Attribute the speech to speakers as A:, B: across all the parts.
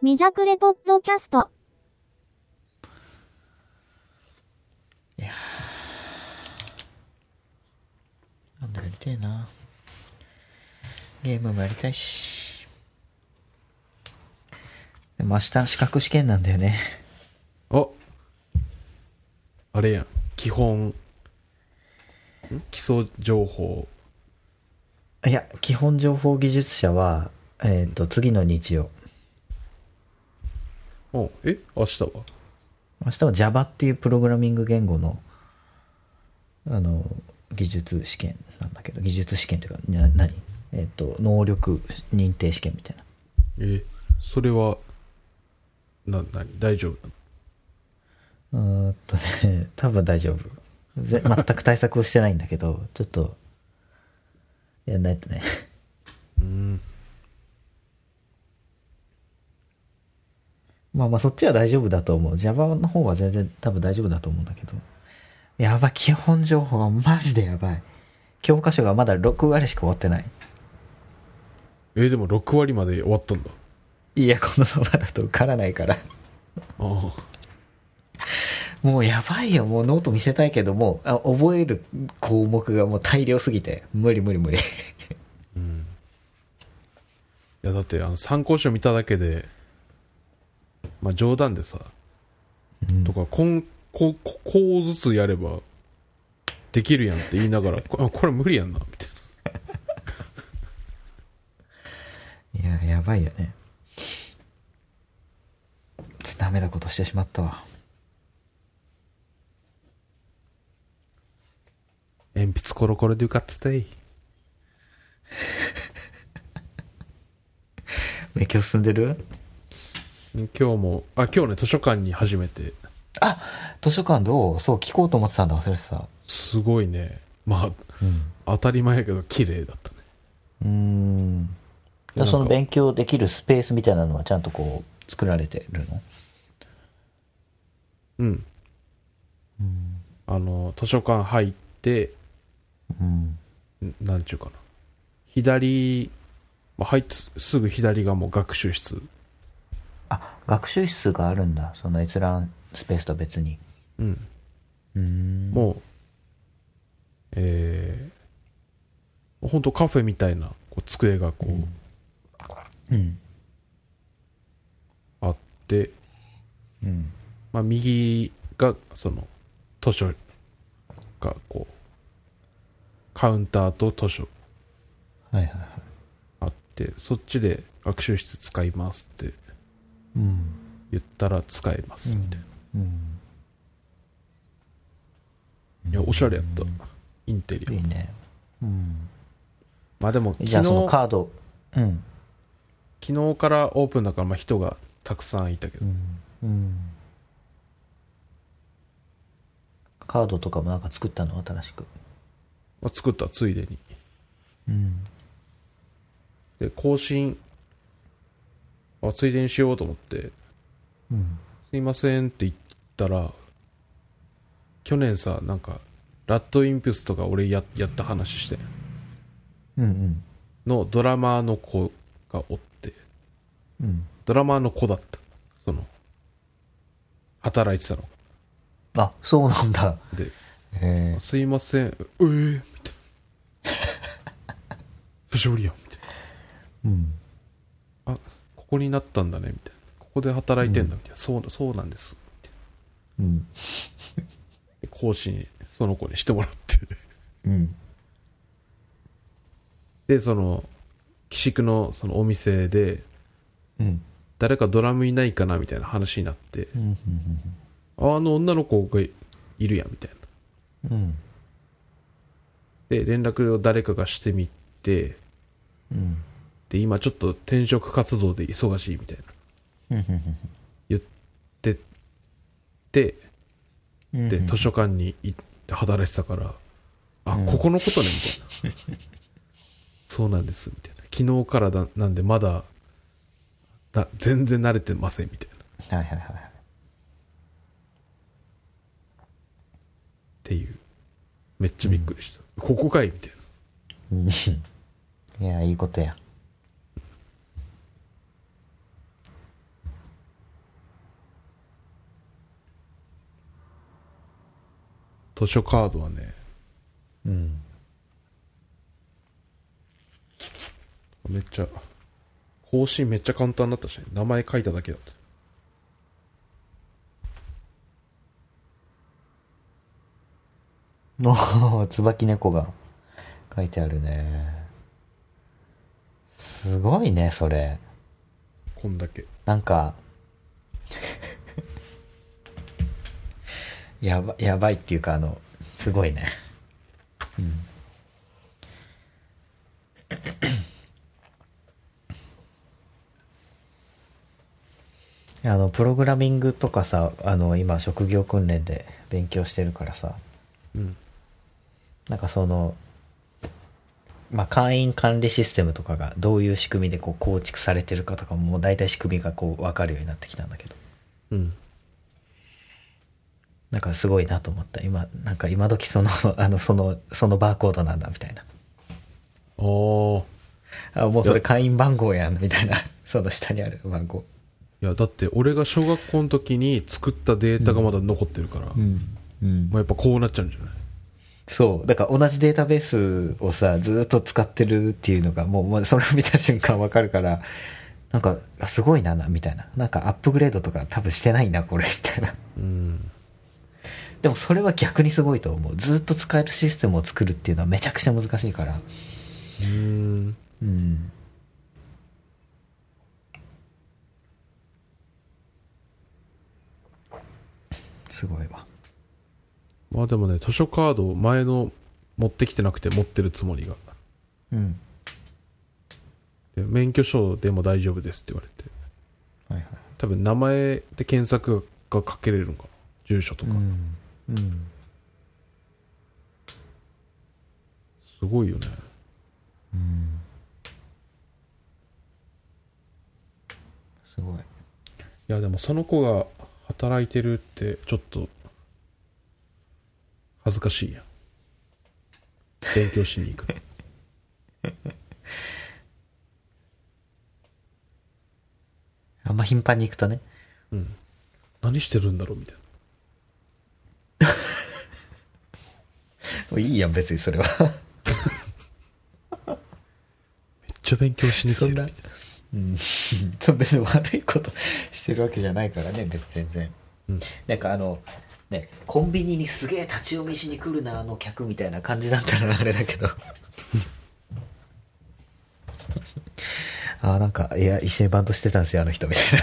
A: 未弱レポッドキャスト。
B: なんだかやりてえな。ゲームもやりたいし。でも明日資格試験なんだよね。
C: ああれやん基本ん基礎情報
B: いや、基本情報技術者は、えっ、と、次の日曜。
C: うんえ明日は
B: 明日は Java っていうプログラミング言語の、あの、技術試験なんだけど、技術試験というか、な何えっ、と、能力認定試験みたいな。
C: えそれはな何大丈夫なの
B: うーんとね、 多分大丈夫。ぜ全く対策をしてないんだけど、ちょっと、やんないとね。
C: うん
B: まあまあそっちは大丈夫だと思う。Java の方は全然多分大丈夫だと思うんだけど。やばい、基本情報がマジでやばい。教科書がまだ6割しか終わってない。
C: えでも6割まで終わったんだ
B: いや、このままだと受からないから。
C: あ
B: もうやばいよ、もうノート見せたいけど、もうあ覚える項目がもう大量すぎて、無理無理無理。
C: あいやだってあの参考書見ただけでまあ冗談でさ、とかこんこここうずつやればできるやんって言いながらこあこれ無理やんなみたいない
B: や、や ばいよね。ちょっとダメなことしてしまったわ。
C: 鉛筆コロコロで受かってたい
B: 勉強進んでる
C: 今日もあ今日ね図書館に初めて
B: あ図書館どうそう、聞こうと思ってたんだ、忘れてた。
C: すごいねまあ
B: うん。
C: 当たり前やけど綺麗だったね
B: うーん
C: いや
B: その
C: なんか
B: 勉強できるスペースみたいなのはちゃんとこう作られてるの
C: うん、あの図書館入って
B: うん
C: んなんちゅうかな左まあ入ってすすぐ左がもう学習室
B: あ学習室があるんだその閲覧スペースと別に
C: うん
B: うん
C: もうえー、ほんとカフェみたいなこう机がこう、
B: うん
C: あって、
B: うん
C: まあ、右がその図書がこうカウンターと図書
B: はいはいはい
C: あってそっちで学習室使いますって
B: うん
C: 言ったら使えますみたいな、
B: うん
C: いやおしゃれやったインテリア
B: いいねうん
C: まあでも昨
B: じゃあその
C: 日
B: カードうん
C: 昨日からオープンだからまあ人がたくさんいたけど、
B: うんカードとかもなんか作ったの新しく
C: まあ、作ったついでに
B: うん
C: で更新あついでにしようと思って
B: うん
C: 「すいません」って言ったら去年さなんかラッドインプスとか俺ややった話して
B: うんうん
C: のドラマーの子がおって
B: うん
C: ドラマーの子だったその働いてたの
B: あそうなんだ
C: で
B: へえ
C: 「すいませんええみたい な「久しぶりや」みたい
B: うん
C: な「あここになったんだね」みたいな「ここで働いてんだ」みたいな、そうそうなんです
B: うん」
C: で講師にその子にしてもらって
B: うん
C: でその岸区のそのお店で
B: うん
C: 誰かドラムいないかなみたいな話になって
B: うんうん
C: 「ああの女の子がいいるやん」みたいな
B: うん
C: で連絡を誰かがしてみて
B: うん
C: で今ちょっと転職活動で忙しいみたいな言ってて
B: うん
C: で図書館に行って働いてたから「あここのことね」みたいな「そうなんです」みたいな「昨日からだなんでまだだ全然慣れてません」みたいな
B: は
C: っ
B: いはいはい
C: ていうめっちゃびっくりした「ここかい」みたいな
B: うんいやいいことや
C: 図書カードはね、
B: うん
C: めっちゃ、更新めっちゃ簡単だったしね、名前書いただけだった。
B: おー 椿猫が書いてあるねすごいねそれ
C: こんだけ。
B: なんか やばやばいっていうかあのすごいねうんあのプログラミングとかさあの今職業訓練で勉強してるからさ
C: うん。
B: なんかその、まあ、会員管理システムとかがどういう仕組みでこう構築されてるかとかももう大体仕組みがこう分かるようになってきたんだけど
C: うん。
B: なんかすごいなと思った今なんか今時そのあのそのそのバーコードなんだみたいな
C: ああ。
B: あもうそれ会員番号やんみたいな その下にある番号
C: いやだって俺が小学校の時に作ったデータがまだ残ってるから、も
B: ん、うん
C: う、やっぱこうなっちゃうんじゃない
B: そうだから同じデータベースをさずっと使ってるっていうのがもうもうそれを見た瞬間わかるからなんかあすごいななみたいななんかアップグレードとか多分してないなこれみたいな
C: うん
B: でもそれは逆にすごいと思うずっと使えるシステムを作るっていうのはめちゃくちゃ難しいから
C: うん
B: うんすごいわ
C: まあでもね図書カードを前の持ってきてなくて持ってるつもりが
B: うん
C: で免許証でも大丈夫ですって言われて
B: はいはい
C: 多分名前で検索がかけれるのかな住所とか、
B: ん、うん、
C: すごいよね
B: すごい
C: いやでもその子が働いてるってちょっと恥ずかしいやん勉強しに 行くの
B: あんま頻繁に行くとね
C: うん何してるんだろうみたいな
B: もういいやん別にそれは
C: めっちゃ勉強しに来てるみたいな
B: そうん そう別に悪いことしてるわけじゃないからね別に全然
C: うん
B: なんかあのねコンビニにすげえ立ち読みしに来るなあの客みたいな感じだった らあれだけどあーなんかいや一緒にバンドしてたんですよあの人みたいな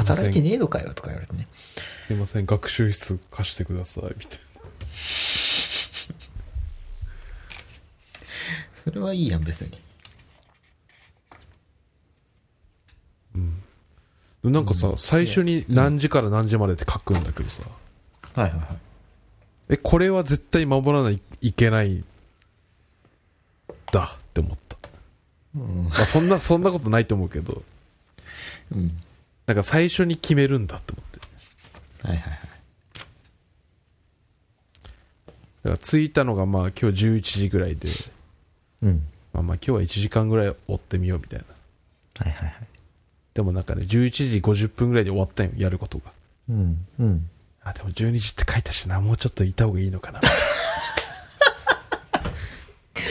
B: 働いてねえのかよとか言われてね
C: すいません学習室貸してくださいみたい
B: それはいいやん別に
C: ななんかさ、最初に何時から何時までって書くんだけどさ、
B: はいはいはい
C: えこれは絶対守らないいけないだって思った、まあ、そんなそんなことないと思うけど
B: うん
C: なんか最初に決めるんだって思って
B: はいはいはい
C: だから着いたのがまあ今日11時ぐらいで
B: うん
C: まあまあ今日は1時間ぐらい追ってみようみたいな
B: はいはいはい
C: でもなんかね11時50分ぐらいで終わったんよやることが
B: うんうん
C: あでも12時って書いたしなもうちょっといた方がいいのかな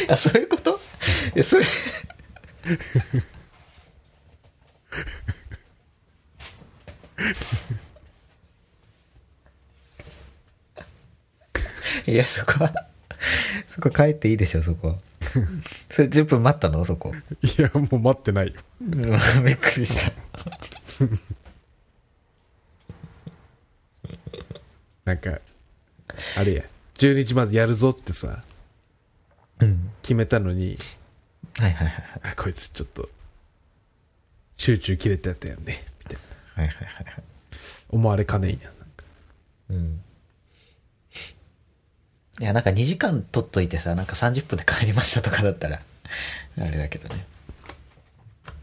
B: あそういうこといやそれ いやそこはそこ帰っていいでしょそこはそれ10分待ったのそこ
C: いやもう待ってないよ
B: うんびっくりした
C: なんか、あれや、12時までやるぞってさ、
B: うん
C: 決めたのに、
B: はいはいはい
C: あ、こいつちょっと、集中切れてたやんね、みたいな。
B: はいはいはいはい
C: 思われかねえやん。なんか
B: うんいやなんか2時間取っといてさなんか30分で帰りましたとかだったら あれだけどね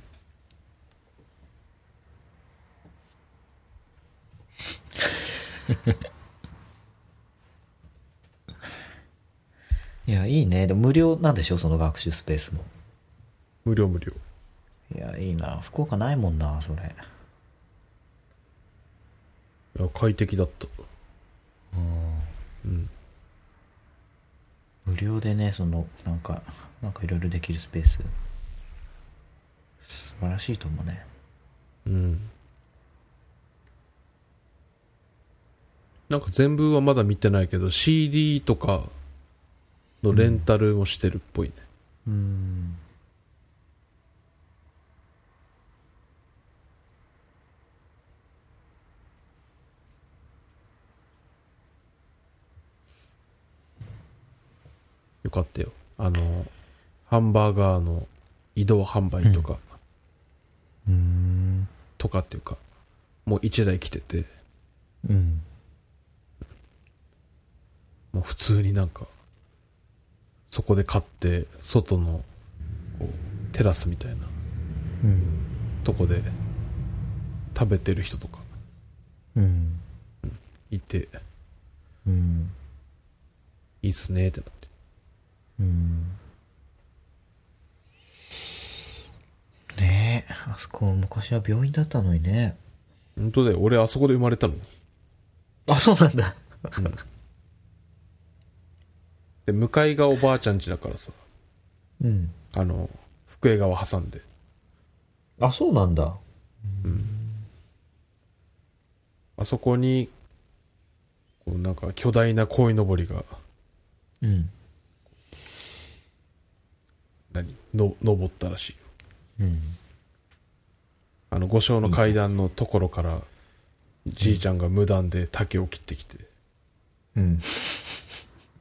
B: いやいいねでも無料なんでしょその学習スペースも
C: 無料無料。
B: いやいいな福岡ないもんなそれ
C: いや快適だったうん
B: 無料でねそのなんかなんかいろいろできるスペース素晴らしいと思うね
C: うんなんか全部はまだ見てないけど CD とかのレンタルもしてるっぽいね、
B: うん
C: よかったよあのハンバーガーの移動販売とか、
B: うん
C: とかっていうかもう1台来てて
B: うん
C: もう普通になんかそこで買って外のこうテラスみたいな
B: うん
C: とこで食べてる人とか
B: うん
C: いて
B: うん
C: いいっすねってなって
B: うんねえあそこ昔は病院だったのにね
C: 本当だよ俺あそこで生まれたのに
B: あそうなんだ
C: で向かいがおばあちゃん家だからさ
B: うん
C: あの福江川挟んで
B: あそうなんだ
C: あそこにこうなんか巨大な鯉のぼりが
B: うん
C: 何の登ったらしいよ
B: うん
C: あの五章の階段のところからじいちゃんが無断で竹を切ってきて
B: うん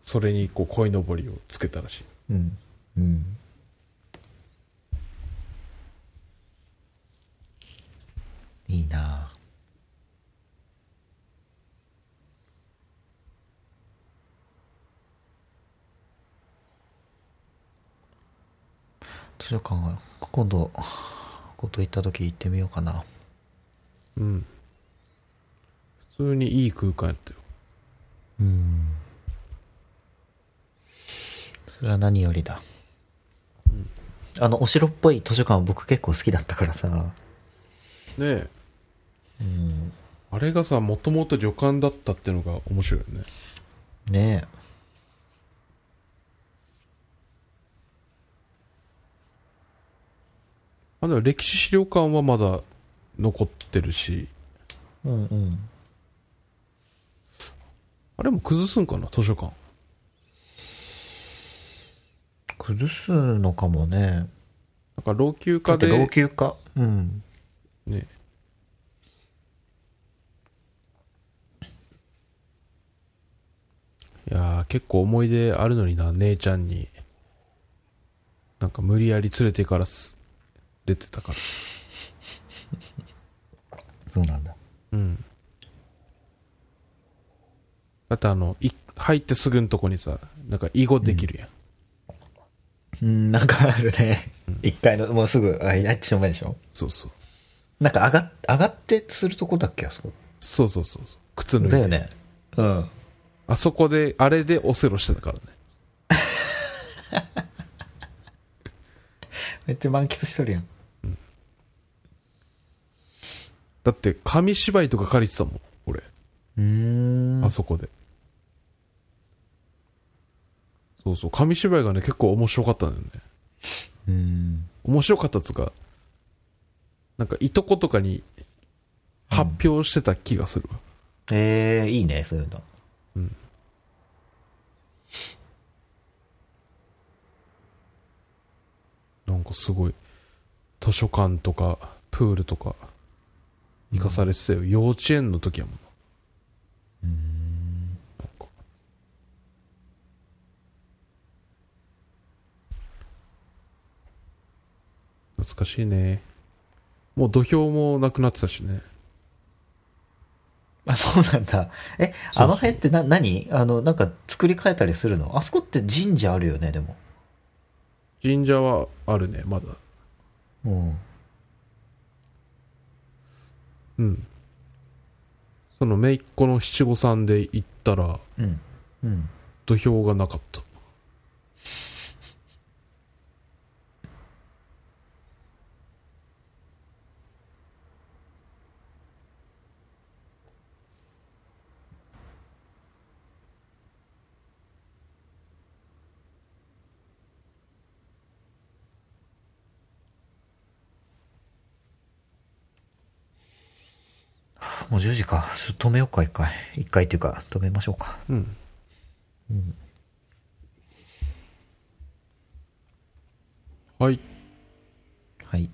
C: それにこう鯉のぼりをつけたらしい
B: うんうんいいなあ図書館は今度今度行った時行ってみようかな
C: うん普通にいい空間やったよ
B: うんそれは何よりだ、あのお城っぽい図書館は僕結構好きだったからさ
C: ねえ
B: うん
C: あれがさもともと旅館だったってのが面白いよね
B: ねえ
C: あでも歴史資料館はまだ残ってるし
B: うんうん
C: あれも崩すんかな図書館
B: 崩すのかもね
C: なんか老朽
B: だ
C: 化
B: って
C: で
B: 老朽化うん
C: ねいやー結構思い出あるのにな姉ちゃんになんか無理やり連れてからす出てたから
B: そうなんだ
C: うんだってあのい入ってすぐのとこにさなんか囲碁できるやん、
B: うんなんかあるね一階のもうすぐああっちの前でしょ
C: そうそう
B: なんか上がっ上がってするとこだっけあそこ
C: そうそうそうそう靴脱い
B: だよ
C: で
B: ねうん
C: あそこであれでオセロしてたからね
B: めっちゃ満喫しとるやん
C: だって紙芝居とか借りてたもん俺
B: うん
C: あそこで。そうそう、紙芝居がね、結構面白かったんだよね。
B: うん
C: 面白かったっつうか、なんか、いとことかに発表してた気がするわ。
B: ええいいねそういうの
C: なんかすごい、図書館とか、プールとか、行かされてたよ。幼稚園の時やもんな。なんか懐かしいね。もう土俵もなくなってたしね。
B: あ、そうなんだ。え、
C: そう
B: あの辺ってな、何あの、なんか作り変えたりするのあそこって神社あるよね、でも。
C: 神社はあるね、まだ。
B: うん。
C: うん。その姪っ子の七五三で行ったら、
B: うん。うん。
C: 土俵がなかった。
B: もう10時か。ちょっと止めようか、一回。一回っていうか、止めましょうか。
C: うんはい
B: はい。